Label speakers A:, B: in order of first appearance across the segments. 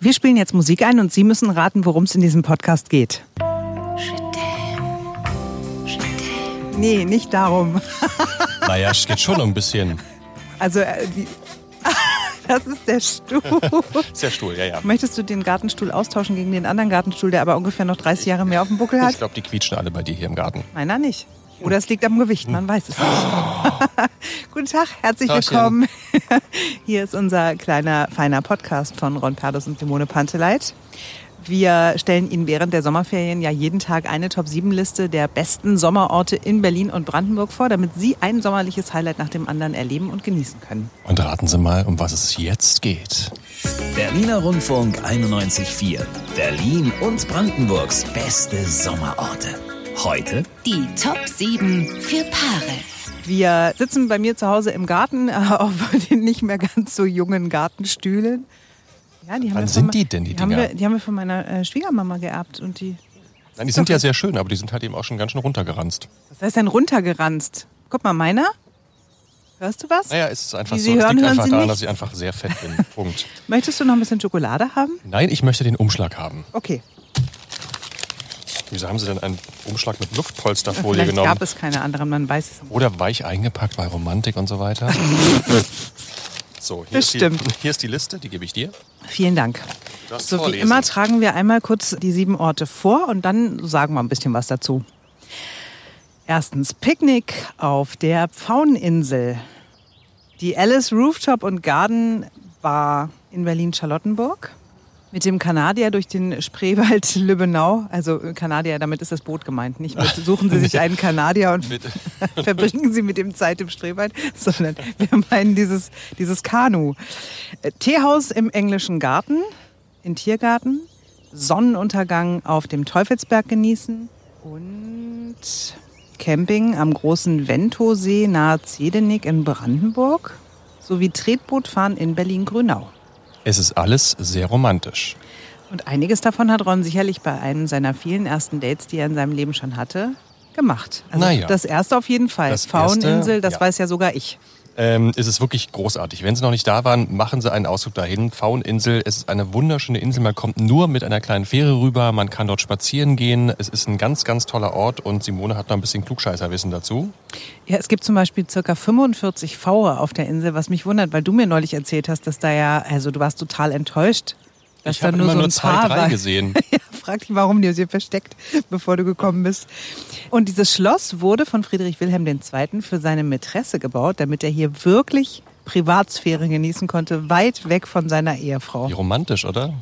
A: Wir spielen jetzt Musik ein und Sie müssen raten, worum es in diesem Podcast geht. Nee, nicht darum.
B: Naja, es geht schon ein bisschen.
A: Also, äh, die, das ist der Stuhl.
B: Ist der Stuhl, ja, ja.
A: Möchtest du den Gartenstuhl austauschen gegen den anderen Gartenstuhl, der aber ungefähr noch 30 Jahre mehr auf dem Buckel
B: Ich
A: hat?
B: glaube, die quietschen alle bei dir hier im Garten.
A: Meiner nicht. Oder es liegt am Gewicht, man weiß es nicht. Guten Tag, herzlich
B: Tagchen.
A: willkommen. Hier ist unser kleiner, feiner Podcast von Ron Perdus und Simone Panteleit. Wir stellen Ihnen während der Sommerferien ja jeden Tag eine Top-7-Liste der besten Sommerorte in Berlin und Brandenburg vor, damit Sie ein sommerliches Highlight nach dem anderen erleben und genießen können.
B: Und raten Sie mal, um was es jetzt geht.
C: Berliner Rundfunk 91.4. Berlin und Brandenburgs beste Sommerorte. Heute
D: Die Top 7 für Paare.
A: Wir sitzen bei mir zu Hause im Garten äh, auf den nicht mehr ganz so jungen Gartenstühlen. Ja, die haben wir
B: Wann
A: von
B: sind
A: me-
B: die denn, die
A: haben
B: Dinger?
A: wir, die haben wir von meiner äh, Schwiegermama geerbt und die.
B: Nein, die sind ja sehr schön, aber die sind halt eben auch schon ganz schön runtergeranzt.
A: Was heißt denn runtergeranzt? Guck mal, meiner. Hörst du was?
B: Naja, es ist einfach
A: Wie
B: so.
A: Sie
B: es
A: hören,
B: liegt
A: hören
B: einfach
A: Sie
B: daran,
A: nichts.
B: dass ich einfach sehr fett bin. Punkt.
A: Möchtest du noch ein bisschen Schokolade haben?
B: Nein, ich möchte den Umschlag haben.
A: Okay.
B: Wieso haben Sie denn einen Umschlag mit Luftpolsterfolie
A: Vielleicht
B: genommen?
A: gab es keine anderen, man weiß es nicht.
B: Oder weich eingepackt bei Romantik und so weiter? so, hier ist, die,
A: Bestimmt.
B: hier ist die Liste, die gebe ich dir.
A: Vielen Dank.
B: darfst
A: So wie
B: vorlesen.
A: immer tragen wir einmal kurz die sieben Orte vor und dann sagen wir ein bisschen was dazu. Erstens Picknick auf der Pfaueninsel. Die Alice Rooftop und Garden Bar in Berlin-Charlottenburg. Mit dem Kanadier durch den Spreewald Lübbenau. Also äh, Kanadier, damit ist das Boot gemeint. Nicht mit, suchen Sie sich einen Kanadier und
B: Bitte.
A: verbringen Sie mit dem Zeit im Spreewald, sondern wir meinen dieses, dieses Kanu. Äh, Teehaus im englischen Garten, im Tiergarten, Sonnenuntergang auf dem Teufelsberg genießen und Camping am großen Ventosee nahe Zedenik in Brandenburg sowie Tretbootfahren in Berlin-Grünau.
B: Es ist alles sehr romantisch.
A: Und einiges davon hat Ron sicherlich bei einem seiner vielen ersten Dates, die er in seinem Leben schon hatte, gemacht. Also
B: Naja.
A: das erste auf jeden Fall.
B: Das
A: Fauninsel,
B: erste,
A: das
B: ja.
A: weiß ja sogar ich.
B: Ähm, es ist wirklich großartig. Wenn Sie noch nicht da waren, machen Sie einen Ausflug dahin. Pfaueninsel, es ist eine wunderschöne Insel. Man kommt nur mit einer kleinen Fähre rüber. Man kann dort spazieren gehen. Es ist ein ganz, ganz toller Ort und Simone hat noch ein bisschen Klugscheißerwissen dazu.
A: Ja, es gibt zum Beispiel circa 45 Faue auf der Insel, was mich wundert, weil du mir neulich erzählt hast, dass da ja, also du warst total enttäuscht. Dass
B: ich habe immer nur zwei, drei
A: war.
B: gesehen.
A: Ja, frag dich, warum die sie versteckt, bevor du gekommen bist. Und dieses Schloss wurde von Friedrich Wilhelm II. für seine Mätresse gebaut, damit er hier wirklich Privatsphäre genießen konnte, weit weg von seiner Ehefrau.
B: Wie romantisch, oder?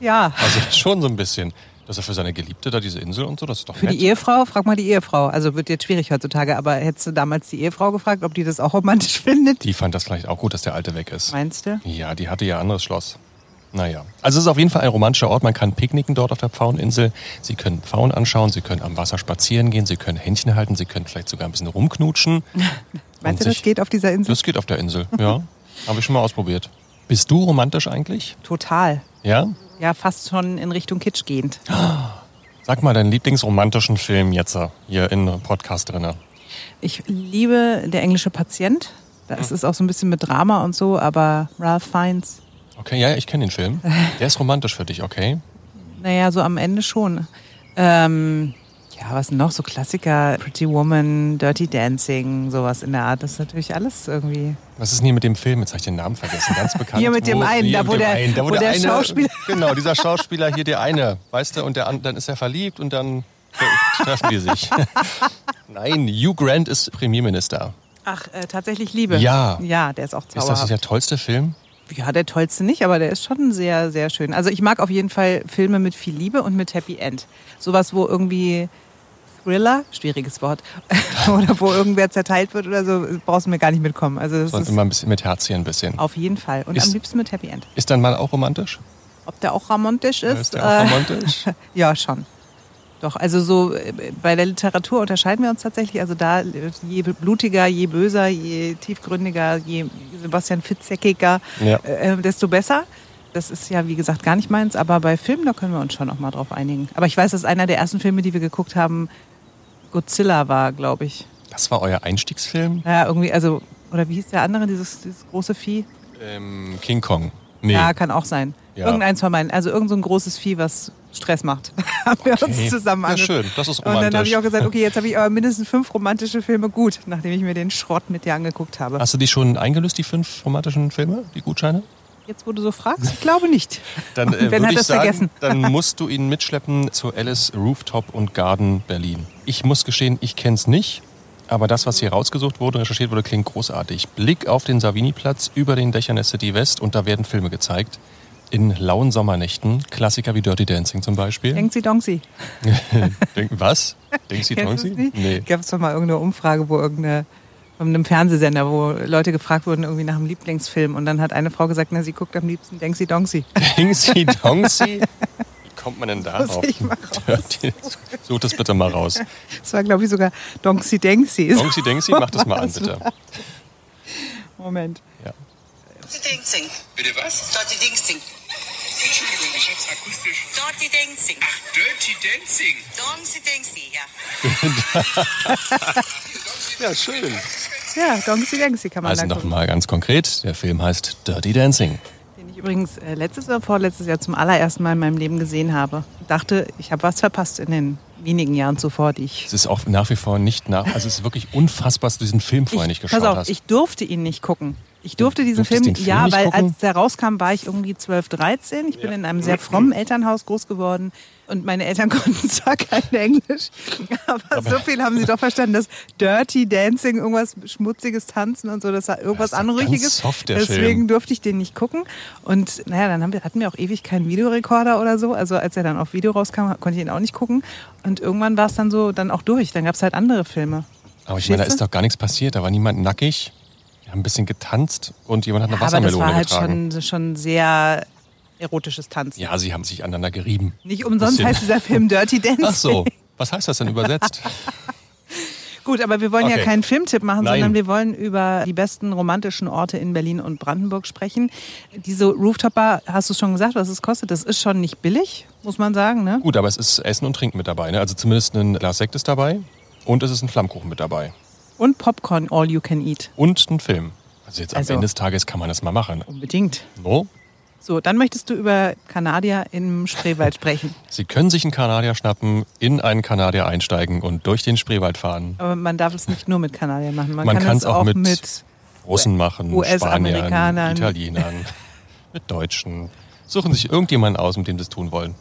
A: Ja,
B: Also schon so ein bisschen. Dass er für seine Geliebte da diese Insel und so, das ist doch
A: für
B: nett.
A: die Ehefrau, frag mal die Ehefrau. Also wird jetzt schwierig heutzutage, aber hättest du damals die Ehefrau gefragt, ob die das auch romantisch findet?
B: die fand das vielleicht auch gut, dass der Alte weg ist.
A: Meinst du?
B: Ja, die hatte ja ein anderes Schloss. Naja, also es ist auf jeden Fall ein romantischer Ort. Man kann picknicken dort auf der Pfaueninsel. Sie können Pfauen anschauen, Sie können am Wasser spazieren gehen, Sie können Händchen halten, Sie können vielleicht sogar ein bisschen rumknutschen.
A: Meinst du,
B: sich-
A: das geht auf dieser Insel?
B: Das geht auf der Insel, ja. Habe ich schon mal ausprobiert. Bist du romantisch eigentlich?
A: Total.
B: Ja?
A: Ja, fast schon in Richtung Kitsch gehend.
B: Sag mal deinen lieblingsromantischen Film jetzt äh, hier in Podcast drinne.
A: Ich liebe der englische Patient. Das ist auch so ein bisschen mit Drama und so, aber Ralph Fiennes,
B: Okay, ja, ich kenne den Film. Der ist romantisch für dich, okay?
A: naja, so am Ende schon. Ähm, ja, was noch? So Klassiker, Pretty Woman, Dirty Dancing, sowas in der Art. Das ist natürlich alles irgendwie.
B: Was ist denn hier mit dem Film? Jetzt habe ich den Namen vergessen. Ganz bekannt.
A: Hier mit dem einen,
B: hier
A: da
B: mit
A: wo
B: dem
A: der-
B: einen, da
A: wo der
B: eine,
A: Schauspieler-
B: Genau, dieser Schauspieler hier, der eine, weißt du, und der an- dann ist er verliebt und dann treffen die sich. Nein, Hugh Grant ist Premierminister.
A: Ach, äh, tatsächlich Liebe.
B: Ja.
A: Ja, der ist auch
B: Ist das
A: zauberhaft.
B: nicht der tollste Film?
A: ja, der tollste nicht, aber der ist schon sehr, sehr schön. Also ich mag auf jeden Fall Filme mit viel Liebe und mit Happy End. Sowas, wo irgendwie Thriller, schwieriges Wort, oder wo irgendwer zerteilt wird oder so, brauchst du mir gar nicht mitkommen. Also das
B: Und
A: ist
B: immer ein bisschen mit Herz hier ein bisschen.
A: auf jeden Fall. Und
B: Ist-
A: am liebsten mit Happy End.
B: Ist dein Mann auch romantisch?
A: Ob der auch romantisch ist?
B: Ist der auch
A: äh,
B: romantisch?
A: ja, schon. Doch, also so äh, bei der Literatur unterscheiden wir uns tatsächlich. Also da äh, je blutiger, je böser, je tiefgründiger, je Sebastian Fitzeckiger,
B: Ja.
A: äh, desto besser. Das ist ja, wie gesagt, gar nicht meins, aber bei Filmen, da können wir uns schon auch mal drauf einigen. Aber ich weiß, dass einer der ersten Filme, die wir geguckt haben, Godzilla war, glaube ich.
B: Das war euer Einstiegsfilm?
A: Naja, irgendwie, also, oder wie hieß der andere, dieses, dieses große Vieh?
B: Ähm, King Kong. Nee.
A: Ja, kann auch sein.
B: Ja.
A: Irgendeins von meinen. Also irgend so ein großes Vieh, was Stress macht. haben wir uns
B: Okay.
A: zusammen
B: Ja,
A: angeguckt.
B: schön. Das ist
A: Und dann habe ich
B: romantisch.
A: auch gesagt, okay, jetzt habe ich aber mindestens fünf romantische Filme gut, nachdem ich mir den Schrott mit dir angeguckt habe.
B: Hast du die schon eingelöst, die fünf romantischen Filme, die Gutscheine?
A: Jetzt, wo du so fragst, ich glaube nicht.
B: Dann
A: Und
B: äh,
A: Ben
B: würde
A: hat
B: ich
A: das
B: sagen,
A: vergessen.
B: dann musst du ihn mitschleppen zu Alice Rooftop und Garden Berlin. Ich muss gestehen, ich kenne es nicht, aber das, was hier rausgesucht wurde, recherchiert wurde, klingt großartig. Blick auf den Savini-Platz über den Dächern der City West und da werden Filme gezeigt. In lauen Sommernächten, Klassiker wie Dirty Dancing zum Beispiel.
A: Denkt sie, donk sie.
B: Denk, was? Denkst du,
A: Kennst
B: Tonsi?
A: du es nicht?
B: Nee.
A: Gab es doch mal irgendeine Umfrage, wo irgendeine von einem Fernsehsender, wo Leute gefragt wurden irgendwie nach einem Lieblingsfilm und dann hat eine Frau gesagt, na sie guckt am liebsten Denksy Donksy.
B: Dingsy Dongsy? Wie kommt man denn darauf?
A: Muss ich mal
B: Dirty- Such das bitte mal raus.
A: Das war glaube ich sogar Donksy Denksy.
B: Dongsy Dengsy, mach das mal an, bitte.
A: Moment.
B: Ja.
E: Dorothy Dingsing.
F: Bitte was?
E: Dorothy Dingsing.
F: Entschuldigung, ich hab's akustisch.
E: Dorothy Dingsing.
F: Ach, Dirty Dancing.
E: Dorothy Dingsing, ja.
B: ja, schön.
A: Ja, Donksy Denksy kann man
B: Also
A: da gucken.
B: nochmal ganz konkret, der Film heißt Dirty Dancing.
A: Den ich übrigens äh, letztes oder vorletztes Jahr zum allerersten Mal in meinem Leben gesehen habe. Dachte, ich habe was verpasst in den wenigen Jahren zuvor, die ich.
B: Es ist auch nach wie vor nicht nach, also es ist wirklich unfassbar, dass du diesen Film vorher nicht
A: ich
B: geschaut
A: pass auf,
B: hast.
A: ich durfte ihn nicht gucken. Ich durfte diesen
B: durftest
A: Film,
B: den Film
A: ja,
B: nicht
A: weil
B: gucken?
A: als der rauskam, war ich irgendwie 12, 13. Ich bin in einem sehr frommen Elternhaus groß geworden und meine Eltern konnten zwar kein Englisch, aber, so viel haben sie doch verstanden, dass Dirty Dancing, irgendwas schmutziges Tanzen und so, das war irgendwas
B: ist doch ganz
A: Anrüchiges.
B: soft, der
A: Deswegen
B: Film.
A: durfte ich den nicht gucken. Und naja, dann haben wir, hatten wir auch ewig keinen Videorekorder oder so. Also als er dann auf Video rauskam, konnte ich ihn auch nicht gucken. Und irgendwann war es dann so, dann auch durch. Dann gab es halt andere Filme.
B: Aber ich meine, da
A: Verstehst
B: ist doch gar nichts passiert, da war niemand nackig, wir haben ein bisschen getanzt und jemand hat eine
A: Ja, aber das
B: Wassermelone
A: war halt
B: getragen.
A: schon, schon sehr erotisches Tanzen.
B: Ja, sie haben sich aneinander gerieben.
A: Nicht umsonst
B: Bisschen.
A: heißt dieser Film Dirty Dancing.
B: Ach so, was heißt das denn übersetzt?
A: Gut, aber wir wollen ja
B: Okay.
A: keinen Filmtipp machen,
B: Nein.
A: sondern wir wollen über die besten romantischen Orte in Berlin und Brandenburg sprechen. Diese Rooftop-Bar, hast du schon gesagt, was es kostet? Das ist schon nicht billig, muss man sagen, ne?
B: Gut, aber es ist Essen und Trinken mit dabei, ne? also zumindest ein Glas Sekt ist dabei und es ist ein Flammkuchen mit dabei
A: Und Popcorn All You Can Eat.
B: und ein Film. Also jetzt am
A: Also-
B: Ende des Tages kann man das mal machen.
A: Unbedingt.
B: No?
A: So, dann möchtest du über Kanadier im Spreewald sprechen.
B: Sie können sich einen Kanadier schnappen, in einen Kanadier einsteigen und durch den Spreewald fahren.
A: Aber man darf es nicht nur mit Kanadier machen. Man,
B: Man
A: kann
B: kann's
A: es
B: auch
A: auch
B: mit-
A: mit
B: Russen machen, Spaniern,
A: US-Amerikanern.
B: Italienern, mit Deutschen. Suchen sich irgendjemanden aus, mit dem sie es tun wollen.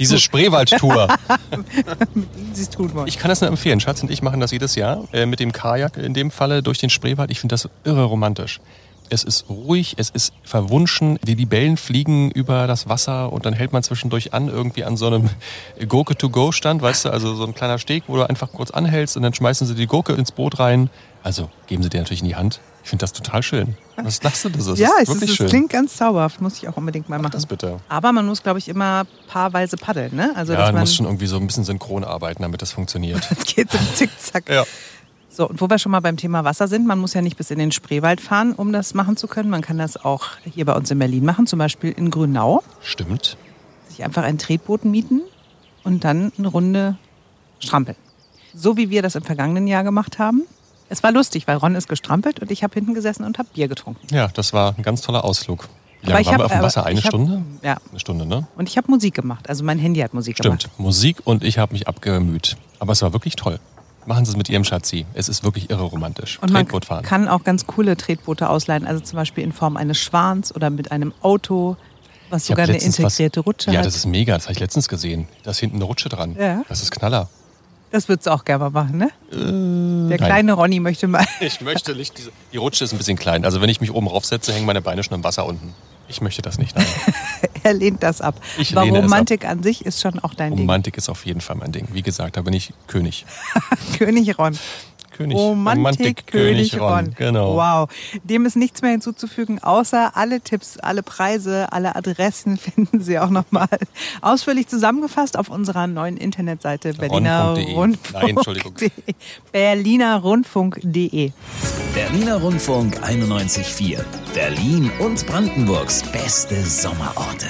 B: Diese Spreewaldtour.
A: sie es tun wollen.
B: Ich kann das nur empfehlen. Schatz und ich machen das jedes Jahr äh, mit dem Kajak in dem Falle durch den Spreewald. Ich finde das irre romantisch. Es ist ruhig, es ist verwunschen. Die Libellen fliegen über das Wasser und dann hält man zwischendurch an irgendwie an so einem Gurke-to-go-Stand, weißt du, also so ein kleiner Steg, wo du einfach kurz anhältst und dann schmeißen sie die Gurke ins Boot rein. Also geben sie dir natürlich in die Hand. Ich finde das total schön. Was lachst du das? ist
A: ja, es, ist,
B: wirklich
A: es
B: schön.
A: klingt ganz zauberhaft, muss ich auch unbedingt mal machen.
B: das bitte.
A: Aber man muss, glaube ich, immer paarweise paddeln, ne? Also
B: ja,
A: dass
B: du
A: man
B: musst schon irgendwie so ein bisschen synchron arbeiten, damit das funktioniert.
A: es geht so zickzack.
B: ja.
A: So, und wo wir schon mal beim Thema Wasser sind, man muss ja nicht bis in den Spreewald fahren, um das machen zu können. Man kann das auch hier bei uns in Berlin machen, zum Beispiel in Grünau.
B: Stimmt.
A: Sich einfach ein Tretboot mieten und dann eine Runde strampeln. So wie wir das im vergangenen Jahr gemacht haben. Es war lustig, weil Ron ist gestrampelt und ich habe hinten gesessen und habe Bier getrunken.
B: Ja, das war ein ganz toller Ausflug. Wie
A: Aber
B: lange
A: ich
B: waren
A: hab-
B: wir auf dem
A: aber
B: Wasser? Eine
A: ich hab-
B: Stunde?
A: Ja.
B: Eine Stunde, ne?
A: Und ich habe Musik gemacht. Also mein Handy hat Musik
B: Stimmt.
A: gemacht.
B: Musik und ich habe mich abgemüht. Aber es war wirklich toll. Machen Sie es mit Ihrem Schatzi. Es ist wirklich irre romantisch.
A: Und man
B: Tretboot fahren.
A: kann auch ganz coole Tretboote ausleihen, also zum Beispiel in Form eines Schwans oder mit einem Auto, was
B: Ich hab
A: sogar eine
B: letztens
A: integrierte
B: was,
A: Rutsche
B: Ja,
A: hat.
B: das ist mega. Das habe ich letztens gesehen. Da ist hinten eine Rutsche dran.
A: Ja.
B: Das ist Knaller.
A: Das würdest du auch gerne mal machen, ne? Der kleine Ronny möchte mal.
B: Äh, Ich möchte nicht. Diese, die Rutsche ist ein bisschen klein. Also wenn ich mich oben raufsetze, hängen meine Beine schon im Wasser unten. Ich möchte das nicht. Nein.
A: er lehnt das ab.
B: Ich
A: Aber
B: lehne es ab. Oh
A: Romantik an sich ist schon auch dein
B: Romantik ist auf jeden Fall mein Ding. Wie gesagt, da bin ich König.
A: Ding. König Ron.
B: König.
A: Romantik, König, Ron.
B: Genau.
A: Wow. Dem ist nichts mehr hinzuzufügen, außer alle Tipps, alle Preise, alle Adressen finden Sie auch nochmal ausführlich zusammengefasst auf unserer neuen Internetseite Berliner
B: Ron.de.
A: Rundfunk.
B: E.
A: E.
B: Nein, Entschuldigung.
A: Berlinerrundfunk.de.
C: Berliner Rundfunk 91.4. Berlin und Brandenburgs beste Sommerorte.